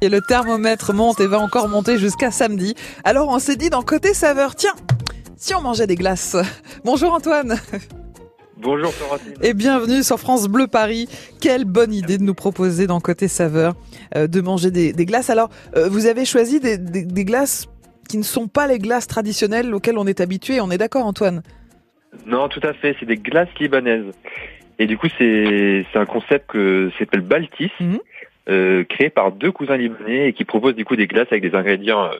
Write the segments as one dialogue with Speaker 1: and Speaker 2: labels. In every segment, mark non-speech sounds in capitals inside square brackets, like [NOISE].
Speaker 1: Et le thermomètre monte et va encore monter jusqu'à samedi. Alors on s'est dit dans côté saveur, tiens, si on mangeait des glaces. [LAUGHS] Bonjour Antoine
Speaker 2: Bonjour Florentine.
Speaker 1: et bienvenue sur France Bleu Paris. Quelle bonne idée de nous proposer dans côté saveur euh, de manger des, des glaces. Alors euh, vous avez choisi des, des- des glaces qui ne sont pas les glaces traditionnelles auxquelles on est habitué. On est d'accord Antoine
Speaker 2: Non, tout à fait, c'est des glaces libanaises. Et du coup, c'est c'est un concept que s'appelle Baltis,
Speaker 1: Mhm.
Speaker 2: euh, créé par deux cousins libanais et qui propose du coup des glaces avec des ingrédients euh,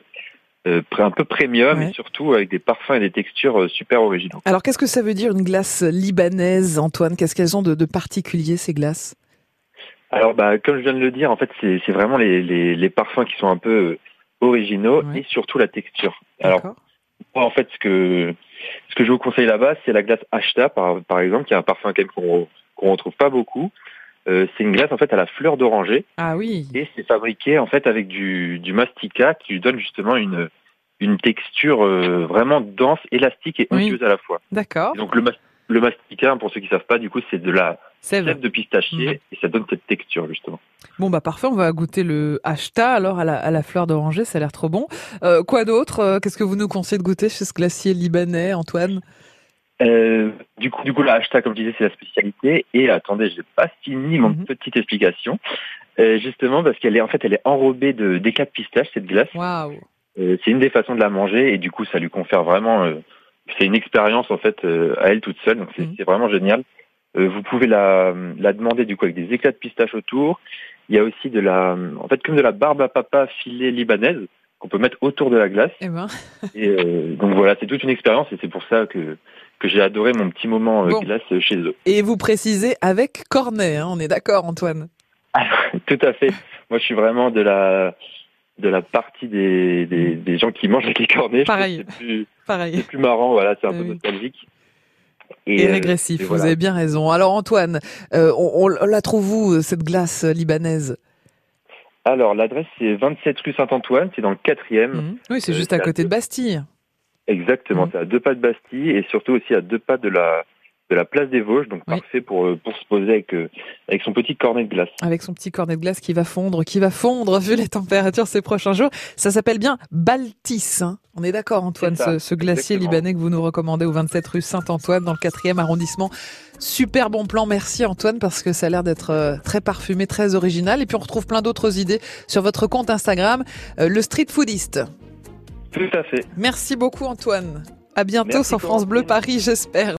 Speaker 2: euh, un peu premium
Speaker 1: Ouais.
Speaker 2: et surtout avec des parfums et des textures euh, super originaux.
Speaker 1: Alors qu'est-ce que ça veut dire une glace libanaise Antoine Qu'est-ce qu'elles ont de, de particulier ces glaces
Speaker 2: Alors, bah, comme je viens de le dire, en fait, c'est c'est vraiment les, les, les parfums qui sont un peu euh, originaux
Speaker 1: Ouais.
Speaker 2: et surtout la texture. Alors,
Speaker 1: D'accord.
Speaker 2: Moi, en fait, ce que, ce que je vous conseille là-bas, c'est la glace Ashta, par, par exemple, qui est un parfum quand même qu'on qu'on retrouve pas beaucoup. Euh, c'est une glace en fait à la fleur d'oranger
Speaker 1: Ah oui
Speaker 2: et c'est fabriqué en fait avec du, du mastica qui lui donne justement une, une texture euh, vraiment dense, élastique et
Speaker 1: Oui.
Speaker 2: onctueuse à la fois.
Speaker 1: D'accord,
Speaker 2: Et donc le, mas- le mastica, pour ceux qui savent pas, du coup, c'est de la
Speaker 1: c'est vrai. Mhm.
Speaker 2: sève de pistachier et ça donne cette texture justement.
Speaker 1: Bon bah parfait, on va goûter le hacheta alors à la, à la fleur d'oranger, ça a l'air trop bon. Euh, quoi d'autre Euh, Qu'est-ce que vous nous conseillez de goûter chez ce glacier libanais, Antoine
Speaker 2: Euh, du coup, du coup, la Ashta, comme je disais, c'est la spécialité. Et attendez, je n'ai pas fini mon
Speaker 1: Mhm.
Speaker 2: petite explication. Euh, justement parce qu'elle est en fait elle est enrobée de d'éclats de pistache cette glace.
Speaker 1: Waouh
Speaker 2: Euh, c'est une des façons de la manger et du coup ça lui confère vraiment euh, c'est une expérience en fait euh, à elle toute seule donc c'est
Speaker 1: Mhm.
Speaker 2: c'est vraiment génial. Euh, vous pouvez la la demander du coup avec des éclats de pistache autour. Il y a aussi de la en fait comme de la barbe à papa filée libanaise qu'on peut mettre autour de la glace.
Speaker 1: Eh ben,
Speaker 2: Et euh, donc voilà, c'est toute une expérience et c'est pour ça que que j'ai adoré mon petit moment euh,
Speaker 1: Bon.
Speaker 2: glace euh, chez eux. [LAUGHS]
Speaker 1: et vous précisez avec cornet, hein, on est d'accord Antoine
Speaker 2: Tout à fait. Moi, je suis vraiment de la de la partie des, des, des gens qui mangent avec les cornets. Je trouve
Speaker 1: Pareil.
Speaker 2: que C'est plus,
Speaker 1: Pareil.
Speaker 2: c'est plus marrant, voilà, c'est un
Speaker 1: Ah
Speaker 2: peu
Speaker 1: oui.
Speaker 2: nostalgique.
Speaker 1: Et
Speaker 2: euh,
Speaker 1: régressif,
Speaker 2: et
Speaker 1: vous
Speaker 2: voilà.
Speaker 1: avez bien raison. Alors Antoine, euh, on, on la trouve où cette glace libanaise
Speaker 2: Alors, l'adresse, c'est 27 rue Saint-Antoine, c'est dans le quatrième.
Speaker 1: Mhm. Oui, c'est
Speaker 2: Euh,
Speaker 1: juste à
Speaker 2: c'est à
Speaker 1: côté de
Speaker 2: deux-
Speaker 1: Bastille.
Speaker 2: Exactement,
Speaker 1: Mhm.
Speaker 2: c'est à deux pas de Bastille et surtout aussi à deux pas de la de la place des Vosges, donc
Speaker 1: Oui.
Speaker 2: parfait pour euh, pour se poser avec euh, avec son petit cornet de glace.
Speaker 1: avec son petit cornet de glace qui va fondre, qui va fondre vu les températures ces prochains jours. Ça s'appelle bien Baltis. hein. On est d'accord, Antoine,
Speaker 2: C'est ça,
Speaker 1: ce, ce glacier
Speaker 2: exactement.
Speaker 1: libanais que vous nous recommandez au 27 rue Saint-Antoine dans le 4e arrondissement. Super bon plan, merci Antoine, parce que ça a l'air d'être euh, très parfumé, très original. Et puis on retrouve plein d'autres idées sur votre compte Instagram, euh, le Street Foodiste.
Speaker 2: Tout à fait.
Speaker 1: Merci beaucoup Antoine. À bientôt
Speaker 2: Merci,
Speaker 1: sur France Bleu
Speaker 2: Corentin.
Speaker 1: Paris, j'espère.